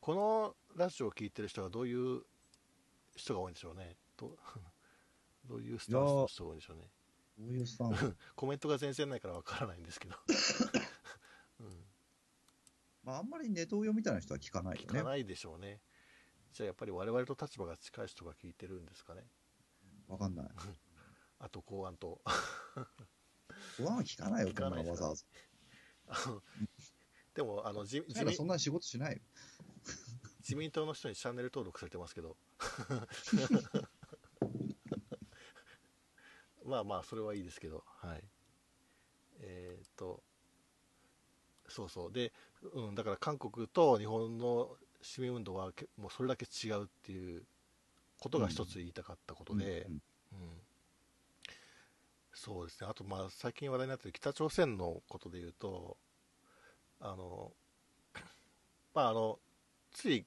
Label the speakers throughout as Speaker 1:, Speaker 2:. Speaker 1: このラジオを聞いてる人はどういう人が多いんでしょう ね。どどういうスタンスの人が多いんでしょうね。
Speaker 2: どうい うスタンス
Speaker 1: コメントが全然ないからわからないんですけど。うん
Speaker 2: まあ、あんまりネトウヨみたいな人は聞かない
Speaker 1: 聞
Speaker 2: よね。
Speaker 1: かないでしょうね。じゃあやっぱり我々と立場が近い人が聞いてるんですかね。
Speaker 2: わかんない。
Speaker 1: あと公安と。
Speaker 2: 不安は聞かないよ、
Speaker 1: 聞
Speaker 2: こ
Speaker 1: か
Speaker 2: ん
Speaker 1: な
Speaker 2: ないのわざわざ。
Speaker 1: でも、あの、自
Speaker 2: そ
Speaker 1: 自
Speaker 2: んなそ
Speaker 1: 民
Speaker 2: んな仕事しないよ。
Speaker 1: 自民党の人にチャンネル登録されてますけど。 まあまあ、それはいいですけど、はい。えーっと、そうそう。で、うん、だから韓国と日本の市民運動はけもうそれだけ違うっていうことが一つ言いたかったことで、
Speaker 2: うん
Speaker 1: うんそうですね、あとまあ最近話題になっている北朝鮮のことで言うと、あの まあ、あのつい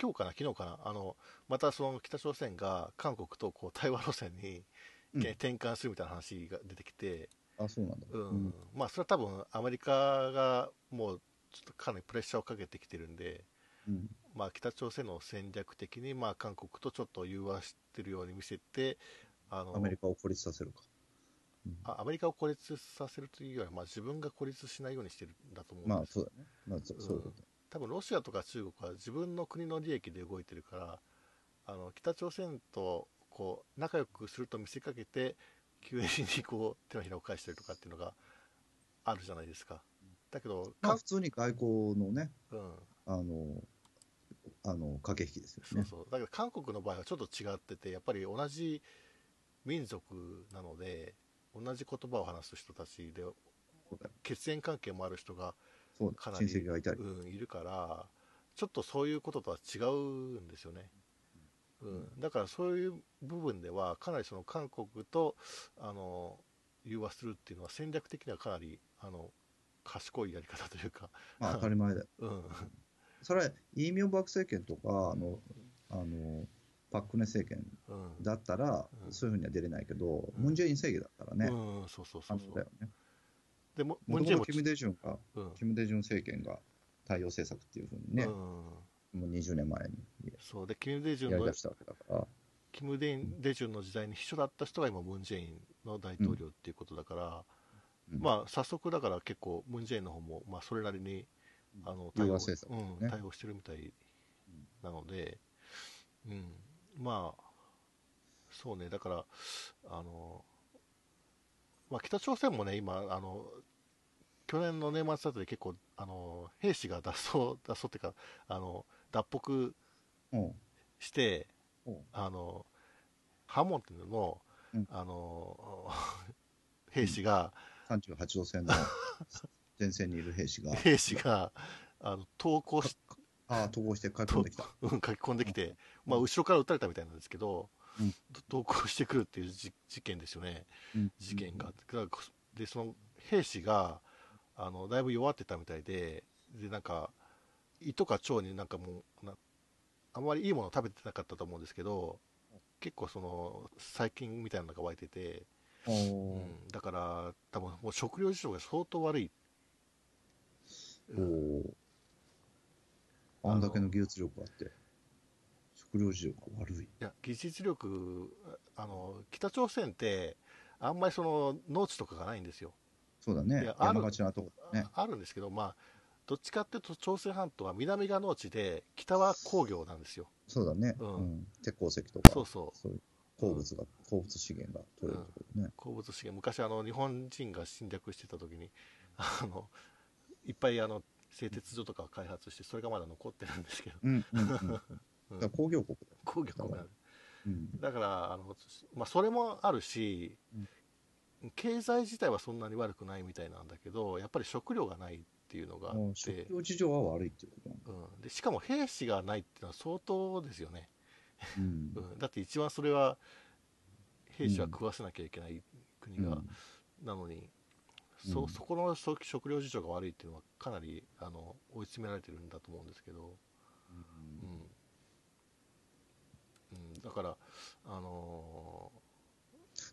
Speaker 1: 今日かな、昨日かな、あのまたその北朝鮮が韓国とこう対話路線に
Speaker 2: うん
Speaker 1: 転換するみたいな話が出てきて、
Speaker 2: あ、そうなんだ。
Speaker 1: うんまあ、それは多分アメリカがもうちょっとかなりプレッシャーをかけてきてるんで、
Speaker 2: うん。
Speaker 1: まあ、北朝鮮の戦略的に、まあ、韓国とちょっと融和してるように見せて、あの
Speaker 2: アメリカを孤立させるか。
Speaker 1: あアメリカを孤立させるというよりは、まあ、自分が孤立しないようにしてるんだと思うんです、
Speaker 2: まあ、そうだね。まあ、そそういうこと。
Speaker 1: 多分ロシアとか中国は自分の国の利益で動いてるからあの北朝鮮とこう仲良くすると見せかけて急にこう手のひらを返したりとかっていうのがあるじゃないですかだけど、
Speaker 2: まあ、
Speaker 1: 韓
Speaker 2: 普通に外交のね、
Speaker 1: うん、
Speaker 2: あの、あの、駆け引きですよ
Speaker 1: そう
Speaker 2: ね。
Speaker 1: そうだけど韓国の場合はちょっと違っててやっぱり同じ民族なので同じ言葉を話す人たちで
Speaker 2: そうだよ
Speaker 1: 血縁関係もある人が
Speaker 2: そう
Speaker 1: かな
Speaker 2: だ親
Speaker 1: り
Speaker 2: 戚がいたり。
Speaker 1: うん、いるからちょっとそういうこととは違うんですよね、うん、だからそういう部分ではかなりその韓国とあの融和するっていうのは戦略的にはかなりあの賢いやり方というか、
Speaker 2: まあ、当たり前だよ。
Speaker 1: うん、
Speaker 2: それは、イ・ミョンバク政権とか、あの、あの、パク・クネ政権
Speaker 1: うん、
Speaker 2: だったら、
Speaker 1: うん
Speaker 2: そういうふうには出れないけど、
Speaker 1: うん
Speaker 2: ムン・ジェイン政権だったらね、
Speaker 1: うん、そうそうそ
Speaker 2: あ
Speaker 1: う
Speaker 2: の
Speaker 1: そ
Speaker 2: だ
Speaker 1: う
Speaker 2: よね。
Speaker 1: でも
Speaker 2: も
Speaker 1: ムン・
Speaker 2: と
Speaker 1: ジェイン
Speaker 2: も
Speaker 1: も
Speaker 2: とキム・デジュンが、
Speaker 1: うん
Speaker 2: キム・デジュン政権が太陽政策っていうふうにね、
Speaker 1: う
Speaker 2: も
Speaker 1: ん、
Speaker 2: う20年前に
Speaker 1: そうでキム・デジュ
Speaker 2: や
Speaker 1: ン
Speaker 2: り
Speaker 1: の
Speaker 2: だしたわけだから、
Speaker 1: キム・デジュンの時代に秘書だった人が今ムン・ジェインの大統領っていうことだから、
Speaker 2: うん
Speaker 1: まあ、早速だから結構、ムン・ジェインの方も、まあ、それなりに、あの、
Speaker 2: 融
Speaker 1: 対
Speaker 2: 和
Speaker 1: 応、
Speaker 2: 政策ですね
Speaker 1: うん、対応してるみたいなので、うん、まあ、そうね、だから、あの、まあ、北朝鮮もね、今、あの、去年の年末あたり結構、あの、兵士が脱走、脱走っていうか、あの、脱北
Speaker 2: うん
Speaker 1: して、
Speaker 2: うん
Speaker 1: あの、ハモンっていうのの、
Speaker 2: うん
Speaker 1: あの、 兵士が、
Speaker 2: 38度線の前線にいる兵士が、
Speaker 1: 兵士が、あの、投稿し、
Speaker 2: ああ、統合して書き込ん
Speaker 1: と
Speaker 2: できた。
Speaker 1: うん、書き込んできて、まあ、後ろから撃たれたみたいなんですけど、
Speaker 2: うん
Speaker 1: と投稿してくるっていうじ事件ですよね。
Speaker 2: うん
Speaker 1: 事件があって、だからで、その兵士が、あの、だいぶ弱ってたみたいで、で、なんか、胃とか腸になんかもう、なあまりいいものを食べてなかったと思うんですけど、結構その、細菌みたいなのが湧いてて、
Speaker 2: お
Speaker 1: う
Speaker 2: ー
Speaker 1: ん、だから、多分もう食料事情が相当悪い。
Speaker 2: おーあんだけの技術力があって、食料事情が悪い。
Speaker 1: いや、技術力、あの、北朝鮮って、あんまりその、農地とかがないんですよ。
Speaker 2: そうだ
Speaker 1: い
Speaker 2: ね
Speaker 1: や。ある
Speaker 2: 山がちなとこだね
Speaker 1: あ。あるんですけど、まあ、どっちかっていうと、朝鮮半島は南が農地で、北は工業なんですよ。
Speaker 2: そうだね。
Speaker 1: うん
Speaker 2: うん鉄鉱石とか。
Speaker 1: そうそう
Speaker 2: そういう鉱物が、鉱物資源が取れるところね。
Speaker 1: 鉱物資源。昔、あの、日本人が侵略してた時に、あの、いっぱい、あの、製鉄所とかを開発して、それがまだ残ってるんですけど、
Speaker 2: うん うんうん。だから工業国だよ。
Speaker 1: 工業国なんで
Speaker 2: うん。
Speaker 1: だから、あの、まあ、それもあるし、経済自体はそんなに悪くないみたいなんだけど、やっぱり食料がないっていうのがあ
Speaker 2: も
Speaker 1: っ
Speaker 2: う食
Speaker 1: て、
Speaker 2: 料事情は悪いっていうことなんだ。
Speaker 1: うん、でしかも兵士がないっていうのは相当ですよね。
Speaker 2: うん
Speaker 1: う。ん、だって一番それは、兵士は食わせなきゃいけない国が、
Speaker 2: うん
Speaker 1: なのに、
Speaker 2: う
Speaker 1: そ
Speaker 2: ん
Speaker 1: そこの食食料事情が悪いっていうのはかなりあの追い詰められてるんだと思うんですけど、うんうん、だから、あのー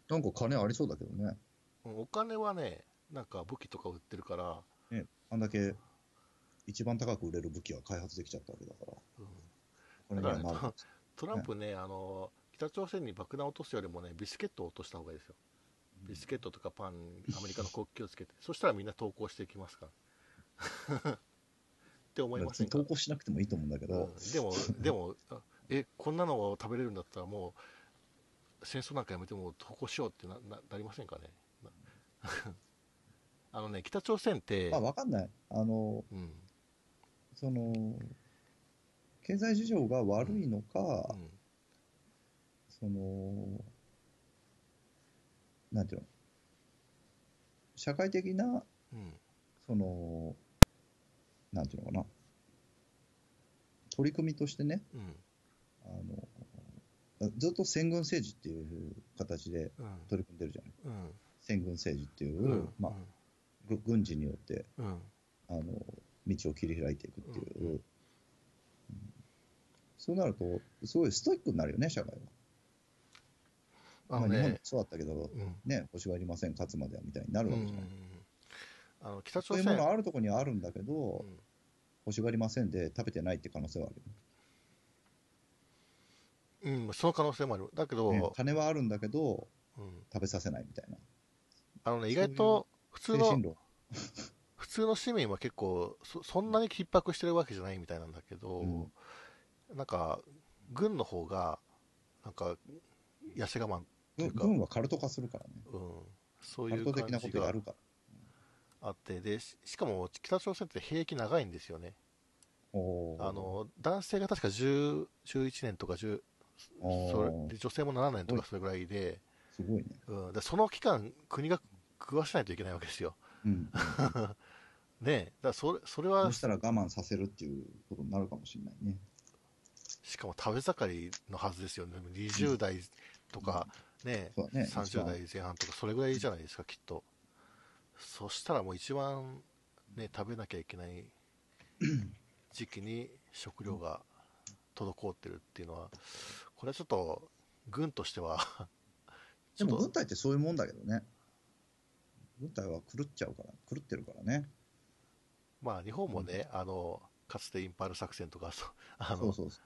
Speaker 2: なんか金ありそうだけどね。
Speaker 1: うんお金はね、なんか武器とか売ってるから、
Speaker 2: ね、あんだけ一番高く売れる武器は開発できちゃったわけだから、
Speaker 1: うん
Speaker 2: これにはなる。
Speaker 1: トランプね、あの北朝鮮に爆弾を落とすよりもねビスケットを落とした方がいいですよビスケットとかパンアメリカの国旗をつけて そしたらみんな投降していきますから って思いま
Speaker 2: 別
Speaker 1: せん
Speaker 2: に
Speaker 1: か
Speaker 2: 投稿しなくてもいいと思うんだけど、
Speaker 1: うん でもでもあえこんなのを食べれるんだったらもう戦争なんかやめてもう投降しようってなななりませんかねな あのね北朝鮮って、
Speaker 2: まあわかんない。あの、
Speaker 1: うんうん
Speaker 2: その、経済事情が悪いのか、その、なんていうの、社会的な、
Speaker 1: うん
Speaker 2: その、なんていうのかな、取り組みとしてね、
Speaker 1: うん
Speaker 2: あの、ずっと先軍政治っていう形で
Speaker 1: うん
Speaker 2: 取り組んでるじゃない。
Speaker 1: うん
Speaker 2: 先軍政治っていう、
Speaker 1: うん
Speaker 2: まあ、ぐ軍事によって、
Speaker 1: うん
Speaker 2: あの、道を切り開いていくっていう。うんそうなると、すごいストイックになるよね、社会は。
Speaker 1: あの
Speaker 2: まあ、日本も
Speaker 1: ね、
Speaker 2: そうだったけど、
Speaker 1: うん
Speaker 2: ね、腰がありません、勝つまではみたいになるわけじゃない。
Speaker 1: あの北朝
Speaker 2: そういう
Speaker 1: 鮮
Speaker 2: ものはあるとこにはあるんだけ
Speaker 1: う
Speaker 2: ど、
Speaker 1: ん
Speaker 2: 腰がありませんで食べてないって可能性はあるよね
Speaker 1: うん、その可能性もあるだけど、
Speaker 2: ね。金はあるんだけど、
Speaker 1: うん
Speaker 2: 食べさせないみたいな。
Speaker 1: あのね、意外と普通
Speaker 2: 精
Speaker 1: の
Speaker 2: 神論。
Speaker 1: 普通の市民は結構そそんなに逼迫してるわけじゃないみたいなんだけど、
Speaker 2: うん
Speaker 1: なんか軍の方がなんか痩せ我慢、
Speaker 2: 軍軍はカルト化するからね。
Speaker 1: うん、そう
Speaker 2: カ
Speaker 1: い
Speaker 2: ル
Speaker 1: う
Speaker 2: ト的
Speaker 1: 感
Speaker 2: なこ
Speaker 1: じ
Speaker 2: とや
Speaker 1: が
Speaker 2: るから。
Speaker 1: あってでししかも北朝鮮って兵役長いんですよね
Speaker 2: おー
Speaker 1: あ、の男性が確か10 11年とか10それ
Speaker 2: おー
Speaker 1: で女性も7年とかそれぐらいで、
Speaker 2: すごいね。
Speaker 1: うん、でその期間国が食わせないといけないわけですよ
Speaker 2: うん。
Speaker 1: ねえだからそれそれ
Speaker 2: そ
Speaker 1: は
Speaker 2: うしたら我慢させるっていうことになるかもしれないね。
Speaker 1: しかも食べ盛りのはずですよね20代とか、ね
Speaker 2: そうだね。一
Speaker 1: 30
Speaker 2: 番
Speaker 1: 代前半とかそれぐらいじゃないですかきっとそしたらもう一番、ね、食べなきゃいけない時期に食料が滞ってるっていうのはこれはちょっと軍としては ち
Speaker 2: で
Speaker 1: ょっ
Speaker 2: も
Speaker 1: と
Speaker 2: 軍隊ってそういうもんだけどね。軍隊は狂っちゃうから、狂ってるからね。
Speaker 1: まあ日本もね、あのかつてインパール作戦とかそうあの
Speaker 2: そうそうそ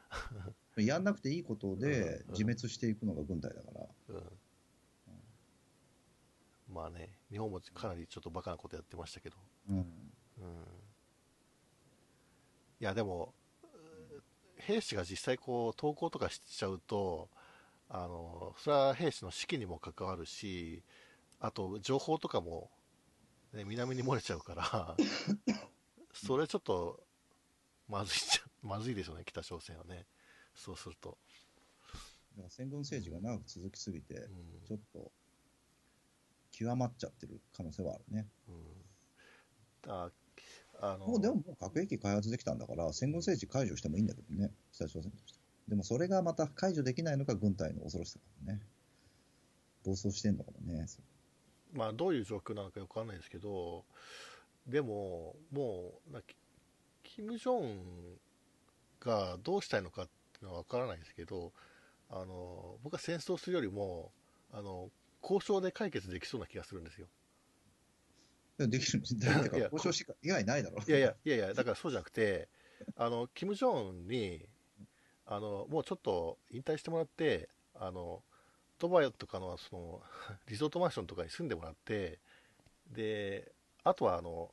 Speaker 2: う。やんなくていいことで
Speaker 1: うん
Speaker 2: 自滅していくのが軍隊だから。
Speaker 1: うんまあね、日本もかなりちょっとバカなことやってましたけど、
Speaker 2: うん。
Speaker 1: うん、いや、でも、うー兵士が実際こう投降とかしちゃうとあの、それは兵士の士気にも関わるし、あと情報とかも、ね、南に漏れちゃう から、それちょっとまずいじゃまずいですよね、北朝鮮はね、そうすると。
Speaker 2: だから戦軍政治が長く続きすぎて
Speaker 1: う、ん
Speaker 2: ちょっと、極まっちゃってる可能性はあるね。
Speaker 1: うんああの
Speaker 2: もうでも、もう核兵器開発できたんだから、戦後政治解除してもいいんだけどね、北朝鮮として。でもそれがまた解除できないのが軍隊の恐ろしさだもんね。暴走してんだからね。そう
Speaker 1: まあ、どういう状況なのかよくわかんないですけど、でも、もう、なきキム・ジョンウンがどうしたいのかっていうのはわからないですけど、あの僕は戦争するよりもあの、交渉で解決できそうな気がするんですよ。
Speaker 2: でもできるんです。だってか
Speaker 1: いや
Speaker 2: 交渉しか以外ないだろ。
Speaker 1: いやいや、いやいや、だからそうじゃなくて、あのキム・ジョンウンにあの、もうちょっと引退してもらって、あのドバイとかのその リゾートマンションとかに住んでもらって、であとはあの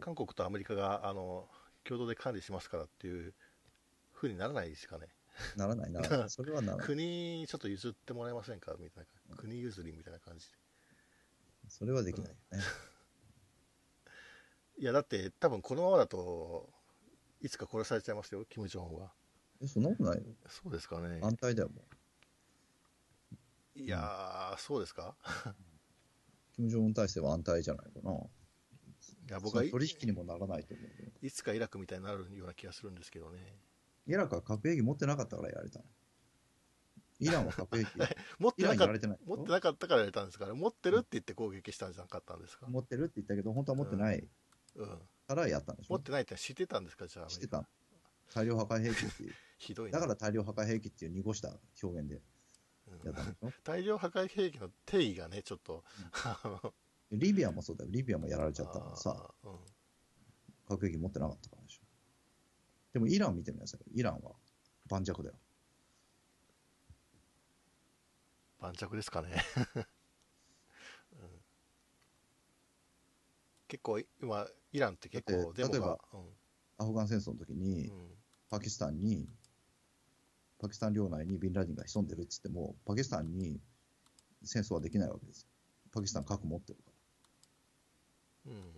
Speaker 1: 韓国とアメリカがあの共同で管理しますからっていう風にならないですかね、
Speaker 2: ならないならない。それはならない。
Speaker 1: 国ちょっと譲ってもらえませんかみたいな、国譲りみたいな感じで。
Speaker 2: それはできないよね。
Speaker 1: いや、だって多分このままだといつか殺されちゃいますよ、キム・ジョンウンは。
Speaker 2: えそんなことないよ。
Speaker 1: そうですかね。
Speaker 2: 安泰だよ、もう。
Speaker 1: いやー、そうですか
Speaker 2: 金正恩体制は安泰じゃないかな。
Speaker 1: いや僕はい
Speaker 2: その取引にもならないと思うけど。
Speaker 1: いつかイラクみたいになるような気がするんですけどね。
Speaker 2: イラクは核兵器持ってなかったからやれ たの。イランは核兵器、
Speaker 1: 持っ
Speaker 2: イ
Speaker 1: て
Speaker 2: ラ
Speaker 1: なか
Speaker 2: ンにや
Speaker 1: っ
Speaker 2: ら
Speaker 1: た
Speaker 2: れてない。
Speaker 1: 持ってなかったからやれたんですから、持ってるって言って攻撃したんじゃなかったんですか、
Speaker 2: 持ってるって言ったけど、本当は持ってない
Speaker 1: うん、
Speaker 2: からやったんでし
Speaker 1: 持
Speaker 2: ょ
Speaker 1: っ。てないって知ってたんですかじゃあ、
Speaker 2: 知ってた大量破壊兵器っていう。
Speaker 1: ひどい
Speaker 2: だ
Speaker 1: な
Speaker 2: か。ら大量破壊兵器っていう濁した表現で
Speaker 1: う
Speaker 2: やっ
Speaker 1: ん
Speaker 2: たんでしょ。
Speaker 1: 大量破壊兵器の定義がね、ちょっと、あの
Speaker 2: リビアもそうだよ。リビアもやられちゃったからさ。
Speaker 1: あーうん
Speaker 2: 核兵器持ってなかったからでしょ。でもイラン見てみなさい。イランは盤石だよ。
Speaker 1: 盤石ですかね、 うん結構今イランって結構デ
Speaker 2: だって
Speaker 1: モ
Speaker 2: 例えば
Speaker 1: が、
Speaker 2: アフガン戦争の時
Speaker 1: うん
Speaker 2: に
Speaker 1: う、ん
Speaker 2: パキスタンに、パキスタン領内にビンラディンが潜んでるって言っても、パキスタンに戦争はできないわけですよ。パキスタン核持ってるから。
Speaker 1: うん、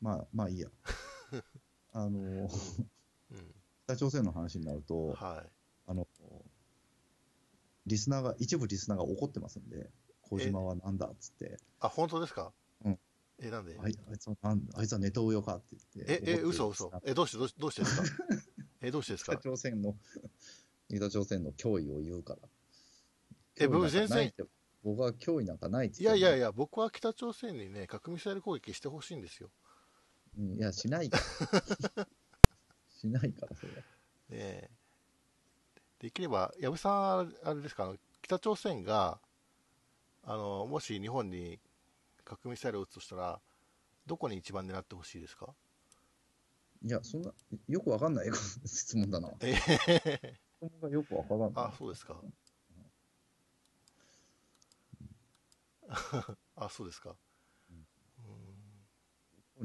Speaker 2: まあ、まあい いや。あの、
Speaker 1: うん
Speaker 2: 北朝鮮の話になると、
Speaker 1: はい
Speaker 2: あの、リスナーが、一部リスナーが怒ってますんで、小島はなんだっつって、
Speaker 1: あ本当ですか、
Speaker 2: うん
Speaker 1: えなんで
Speaker 2: あいあいつはなんだ、あいつはネトウヨかって言って。
Speaker 1: ええ
Speaker 2: 怒ってる
Speaker 1: 嘘嘘えどうしてどうしてどうしてですか えどうしてです
Speaker 2: 北
Speaker 1: か
Speaker 2: 朝鮮の、 北朝鮮の脅威を言うから。
Speaker 1: え僕
Speaker 2: 脅威なんかない
Speaker 1: 全然
Speaker 2: って僕は脅威なんかないって
Speaker 1: いやいやい
Speaker 2: や。
Speaker 1: や僕は北朝鮮にね核ミサイル攻撃してほしいんですよ、
Speaker 2: うんいや、しないから。 しないから、それは。
Speaker 1: ねえできれば矢部さんあれあれですかあの北朝鮮があのもし日本に核ミサイルを撃つとしたらどこに一番狙ってほしいですか
Speaker 2: いや、そんな、よくわかんない質問だな。
Speaker 1: え
Speaker 2: 質問がよくわからない。
Speaker 1: あそうですか あそうですか、
Speaker 2: う
Speaker 1: う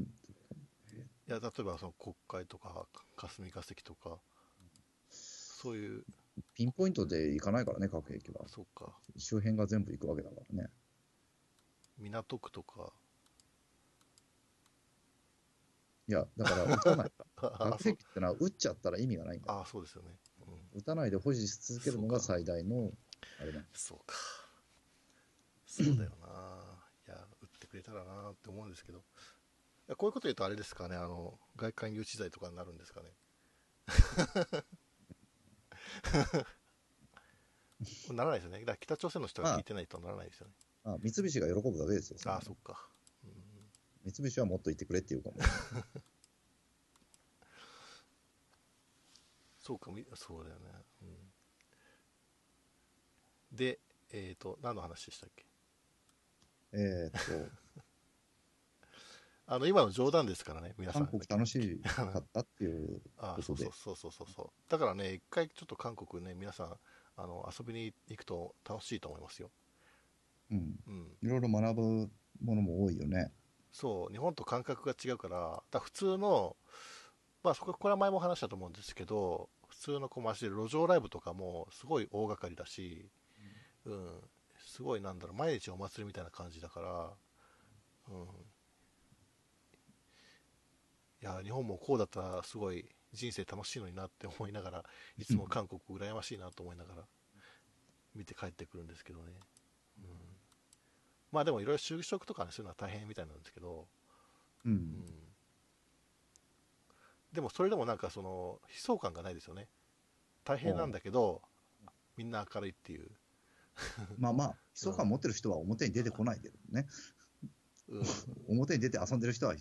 Speaker 1: んん、
Speaker 2: うん
Speaker 1: いや例えばその国会とか霞が関とかそういう
Speaker 2: ピンポイントで行かないからね、核兵器は。
Speaker 1: そうか
Speaker 2: 周辺が全部行くわけだからね。
Speaker 1: 港区とか
Speaker 2: いや、だから撃たない。
Speaker 1: あ
Speaker 2: 核
Speaker 1: そ
Speaker 2: 兵
Speaker 1: う
Speaker 2: 器ってのは撃っちゃったら意味がないんだよ。
Speaker 1: あそうですよね、うん、
Speaker 2: 撃たないで保持し続けるのが最大の、あれだ。
Speaker 1: そうか。そうだよな。いや、打ってくれたらなって思うんですけど。いやこういうこと言うとあれですかね、あの、外観誘致罪とかになるんです かね。ならないですよね。だから北朝鮮の人が聞いてないとならないですよね。
Speaker 2: あ三菱が喜ぶだけですよ。
Speaker 1: ああ、そっか。うん
Speaker 2: 三菱はもっと行ってくれってい うかも。
Speaker 1: そうか、みそうだよね。うん、で、えっ、と、何の話でしたっけ
Speaker 2: えーっ
Speaker 1: あの、今の冗談ですからね、皆
Speaker 2: と、
Speaker 1: さん。
Speaker 2: 韓国楽しかったっていう、
Speaker 1: あ
Speaker 2: こ
Speaker 1: そ
Speaker 2: と
Speaker 1: う
Speaker 2: で
Speaker 1: そうそうそうそうそうだからね一回ちょっと韓国ね皆さんあの遊びに行くと楽しいと思いますよ、
Speaker 2: うん。
Speaker 1: うん、
Speaker 2: いろいろ学ぶものも多いよね。
Speaker 1: そう日本と感覚が違うからだから普通のまあそここれは前も話したと思うんですけど普通のこう街で路上ライブとかもすごい大掛かりだし、うん、すごいなんだろう毎日お祭りみたいな感じだから、うん、いや日本もこうだったらすごい人生楽しいのになって思いながらいつも韓国羨ましいなと思いながら見て帰ってくるんですけどね、うん、まあでもいろいろ就職とかねするのは大変みたいなんですけど、
Speaker 2: う。
Speaker 1: うんんでもそれでもなんかその悲壮感がないですよね大変なんだけどみんな明るいっていう、
Speaker 2: まあまあ、悲壮感持ってる人は表に出てこないけど
Speaker 1: う
Speaker 2: ね。
Speaker 1: ん
Speaker 2: 表に出て遊んでる人は、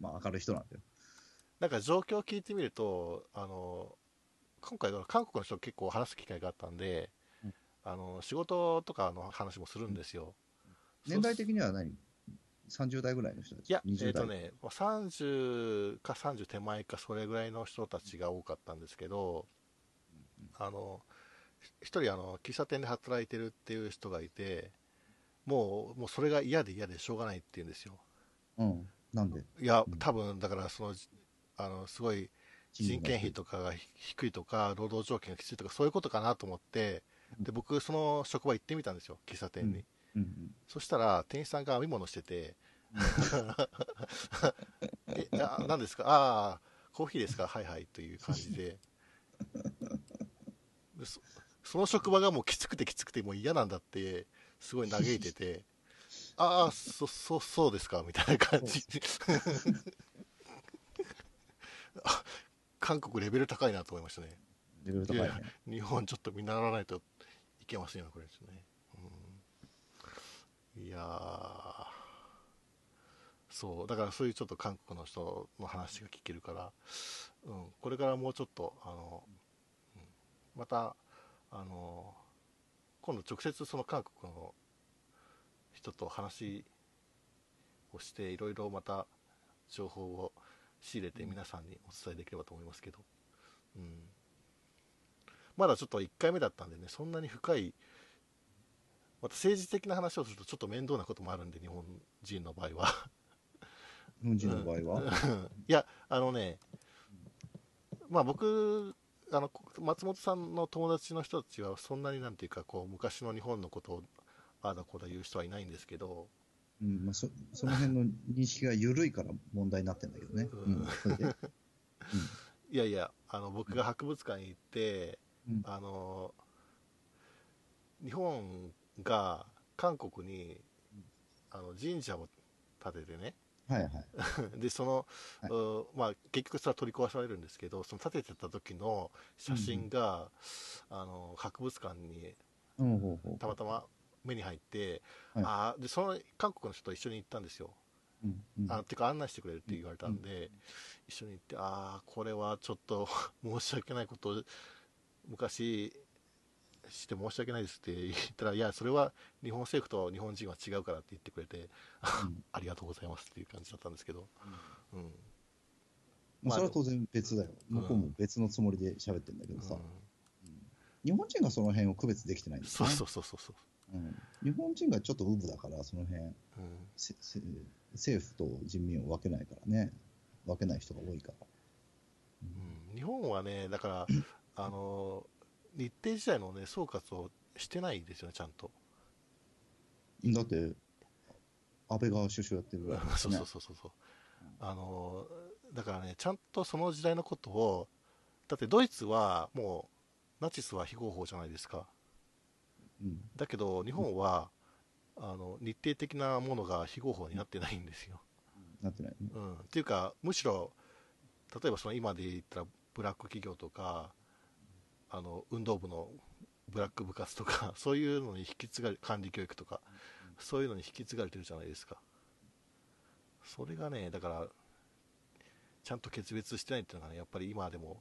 Speaker 2: まあ明るい人なんだよ。
Speaker 1: なんか状況を聞いてみるとあの今回は韓国の人結構話す機会があったんで、
Speaker 2: うん
Speaker 1: あの仕事とかの話もするんですよ、
Speaker 2: 年代的には何 ?30 代ぐらいの人たち
Speaker 1: いや、えっ、
Speaker 2: 20代、
Speaker 1: とね、まあ30か30手前か、それぐらいの人たちが多かったんですけど、あの、ひ一人、あの、喫茶店で働いてるっていう人がいて、もう、もうそれが嫌で嫌でしょうがないって言うんですよ。
Speaker 2: うん。なんで
Speaker 1: いや
Speaker 2: うん、
Speaker 1: 多分、だから、その、あの、すごい、人件費とかが低いとか、労働条件がきついとか、そういうことかなと思って、で、僕、その職場行ってみたんですよ、喫茶店に。
Speaker 2: うんうん。
Speaker 1: そしたら、店員さんが編み物してて、 え、あ、何ですかああ、コーヒーですかはいはい、という感じで。でそその職場がもうきつくてきつくてもう嫌なんだって、すごい嘆いてて、ああ、そ、そ、そうですかみたいな感じ。あ 韓国レベル高いなと思いましたね。
Speaker 2: いろいろ高いね。
Speaker 1: 日本ちょっと見習わないといけませんよ、これですね。うん、いやーそう、だからそういうちょっと韓国の人の話が聞けるから、うん、これからもうちょっと、あの、うんまた、あの、今度直接その韓国の人と話をしていろいろまた情報を仕入れて皆さんにお伝えできればと思いますけど、うん、まだちょっと1回目だったんでねそんなに深いまた政治的な話をするとちょっと面倒なこともあるんで日本人の場合は
Speaker 2: 日本人の場合は、
Speaker 1: いやあのねまあ僕あのこ松本さんの友達の人たちはそんなになんていうかこう昔の日本のことをああだこうだ言う人はいないんですけど、
Speaker 2: うんまあ、そその辺の認識が緩いから問題になってんだけどね。うん
Speaker 1: うん
Speaker 2: そ れでうん
Speaker 1: いやいやあの僕が博物館に行って、
Speaker 2: うん
Speaker 1: あの日本が韓国にあの神社を建ててね
Speaker 2: はいはい。
Speaker 1: でその、
Speaker 2: はいう
Speaker 1: まあ、結局それは取り壊されるんですけどその建ててた時の写真が、あの博物館に
Speaker 2: うん、ほうほう
Speaker 1: たまたま目に入って、
Speaker 2: はい
Speaker 1: あーでその韓国の人と一緒に行ったんですよ。
Speaker 2: うんうん
Speaker 1: あてか案内してくれるって言われたんで、一緒に行ってああこれはちょっと 申し訳ないことを昔して申し訳ないですって言ったらいやそれは日本政府と日本人は違うからって言ってくれて、
Speaker 2: ん
Speaker 1: ありがとうございますっていう感じだったんですけど、うん
Speaker 2: まあ、それは当然別だよ。向こうも別のつもりで喋ってんだけどさ、
Speaker 1: う
Speaker 2: 日本人がその辺を区別できてないん
Speaker 1: ん
Speaker 2: です
Speaker 1: そう
Speaker 2: ね。
Speaker 1: そうそうそうそう、
Speaker 2: うん、日本人がちょっとウブだから、その辺
Speaker 1: うん
Speaker 2: せせ政府と人民を分けないからね。分けない人が多いから。
Speaker 1: うん日本はねだ からあの日程時代のね総括をしてないんですよねちゃんと、
Speaker 2: だって、安倍が首相やってるぐらいだ
Speaker 1: そうそうそうそうそうあのだからねちゃんとその時代のことをだってドイツはもうナチスは非合法じゃないですか
Speaker 2: うん、
Speaker 1: だけど日本は、あの日程的なものが非合法になってないんですよ、
Speaker 2: なってないね。
Speaker 1: うん、っていうかむしろ例えばその今で言ったらブラック企業とかあの運動部のブラック部活とか そういうのに引き継がれ管理教育とかそういうのに引き継がれてるじゃないですかそれがねだからちゃんと決別してないっていうのがねやっぱり今でも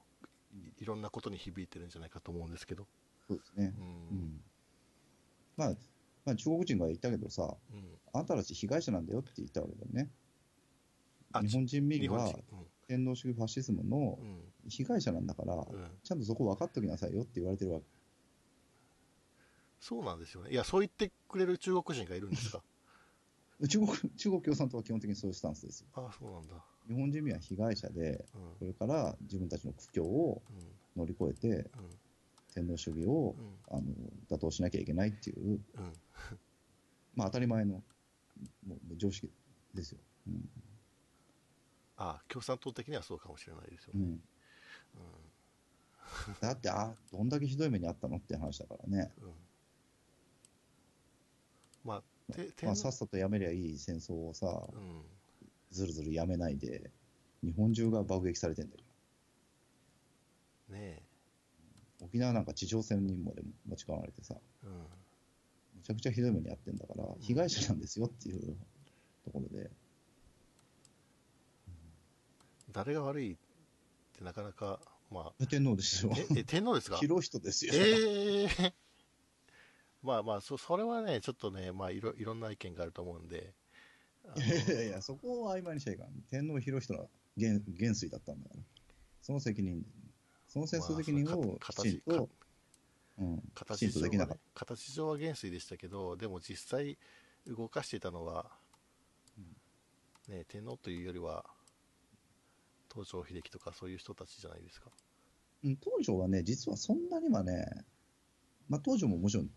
Speaker 1: いいろんなことに響いてるんじゃないかと思うんですけど
Speaker 2: そうですね
Speaker 1: う。
Speaker 2: うんん。まあ、まあ、中国人が言ったけどさ、
Speaker 1: うん
Speaker 2: あんたたち被害者なんだよって言ったわけだよね。
Speaker 1: あ
Speaker 2: 日本人民
Speaker 1: 日本
Speaker 2: は
Speaker 1: 人
Speaker 2: 天皇主義ファシズムの
Speaker 1: うん
Speaker 2: 被害者なんだから、
Speaker 1: うんうん
Speaker 2: ちゃんとそこ分かっておきなさいよって言われてるわけ。
Speaker 1: そうなんですよねいやそう言ってくれる中国人がいるんです か
Speaker 2: 中国中国共産党は基本的にそういうスタンスですよ。
Speaker 1: ああそうなんだ
Speaker 2: 日本人民は被害者で、
Speaker 1: うん
Speaker 2: これから自分たちの苦境を
Speaker 1: う
Speaker 2: 乗り越えて、
Speaker 1: ん
Speaker 2: 天皇主義を
Speaker 1: うんうん
Speaker 2: あの打倒しなきゃいけないっていう、
Speaker 1: うん
Speaker 2: まあ、当たり前のもうもう常識ですよ。うん
Speaker 1: ああ共産党的にはそうかもしれないですよ
Speaker 2: う
Speaker 1: ね、
Speaker 2: ん、だって、あどんだけひどい目にあったのって話だからね、
Speaker 1: うんまあて天皇
Speaker 2: まあ、さっさとやめりゃいい戦争をさ、
Speaker 1: うん
Speaker 2: ずるずるやめないで、日本中が爆撃されてんだよ。
Speaker 1: ね
Speaker 2: 沖縄なんか地上戦にまで持ち込まれてさ、
Speaker 1: え、うん、
Speaker 2: めちゃくちゃひどい目に遭ってんだから、被害者なんですよっていうところで、
Speaker 1: 誰が悪いってなかなかま
Speaker 2: 天皇です よ
Speaker 1: あ。ええ天皇ですか
Speaker 2: 広い人ですよ。
Speaker 1: ええ まあまあそそれはねちょっとねまあいろいろんな意見があると思うんであの
Speaker 2: いやいやいや、そこを曖昧にしちゃいかん。天皇広い人は元元帥だったんだから、その責任、その戦争責任を
Speaker 1: まあ
Speaker 2: き
Speaker 1: その
Speaker 2: ちん
Speaker 1: 形
Speaker 2: と、うん、きち
Speaker 1: 形
Speaker 2: んと
Speaker 1: 上は
Speaker 2: できなかっ
Speaker 1: ね形上は元帥でしたけどでも実際動かしていたのは、ね、天皇というよりは東條英機とかそういう人たちじゃないですか、
Speaker 2: うん、東条はね、実はそんなにはね、まあ、東条ももちろん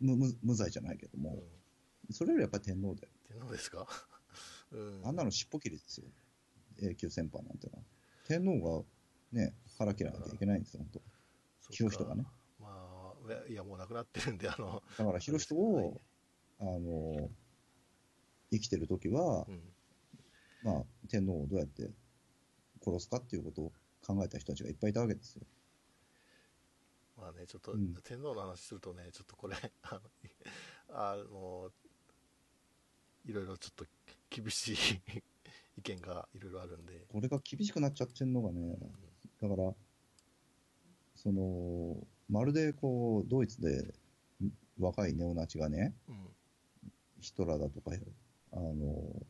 Speaker 2: 無無無罪じゃないけど
Speaker 1: うん
Speaker 2: も、それよりやっぱり天皇で、
Speaker 1: 天皇ですか、 うん、
Speaker 2: あんなの尻尾切りですよ、永久戦犯なんてのは。天皇がね、腹切らなきゃいけないんですよ、本
Speaker 1: そっか
Speaker 2: 広人がね
Speaker 1: まあいやいやもう亡くなってるんであ の、
Speaker 2: 当。だから、広人
Speaker 1: はい
Speaker 2: を、あの、生きてる時は
Speaker 1: う、ん
Speaker 2: まあ、天皇をどうやって殺すかっていうことを考えた人たちがいっぱいいたわけですよ。
Speaker 1: まあねちょっと、
Speaker 2: うん
Speaker 1: 天皇の話するとねちょっとこれあのい あのいろいろちょっと厳しい 意見がいろいろあるんで、
Speaker 2: これが厳しくなっちゃってるのがね
Speaker 1: う、ん
Speaker 2: だから、その、まるでこう、ドイツでん若いネオナチがね、
Speaker 1: うん
Speaker 2: ヒトラーだとか、あの、も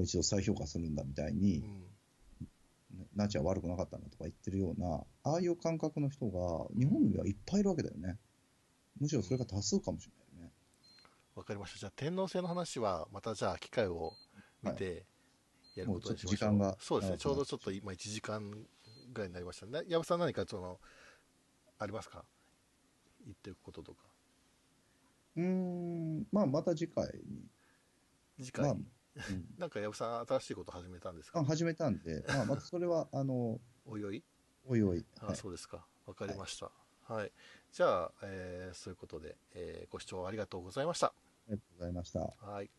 Speaker 2: う一度再評価するんだみたいに、
Speaker 1: うん
Speaker 2: ナチは悪くなかったんだとか言ってるような、ああいう感覚の人が日本にはいっぱいいるわけだよね。むしろそれが多数かもしれないよね。
Speaker 1: わかりました。じゃあ、天皇制の話は、またじゃあ、機会を見て、やることにしましょう。
Speaker 2: もうちょっと時間が
Speaker 1: そうですね。
Speaker 2: 長くなって
Speaker 1: ちょうどちょっと今、1時間ぐらいになりましたね。矢部さん、何か、その、ありますか言っておくこととか。
Speaker 2: うーん、まあまた次回に。
Speaker 1: 次回、
Speaker 2: まあうん
Speaker 1: なんか矢部さん、新しいこと始めたんですか
Speaker 2: あ始めたんで、まあ、またそれは、あの、
Speaker 1: おいおい
Speaker 2: おいおい。
Speaker 1: あ、
Speaker 2: はい
Speaker 1: そうですか。わかりました。はい。じゃあ、えーそういうことで、えーご視聴ありがとうございました。
Speaker 2: ありがとうございました。
Speaker 1: はい。